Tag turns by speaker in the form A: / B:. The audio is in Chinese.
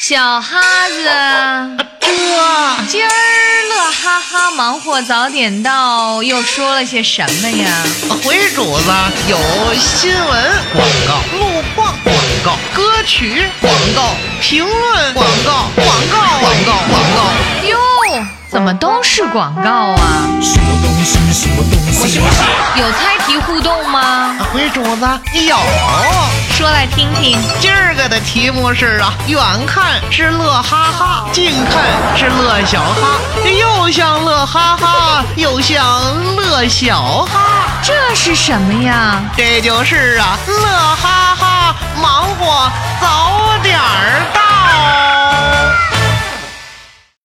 A: 小哈子，
B: 哥，
A: 今儿乐哈哈忙活早点到，又说了些什么呀？
B: 回主子有新闻广告、路况广告、歌曲广告、评论广告、广告、广告、广告。
A: 哟，怎么都是广告啊？
C: 什么东西？什么东西？
A: 有猜题互动吗？
B: 回主子有，
A: 说来听听。
B: 今儿个的题目是啊，远看是乐哈哈，近看是乐小哈，又像乐哈哈，又像乐小哈。
A: 这是什么呀？
B: 这就是啊，乐哈哈，忙活早点儿到。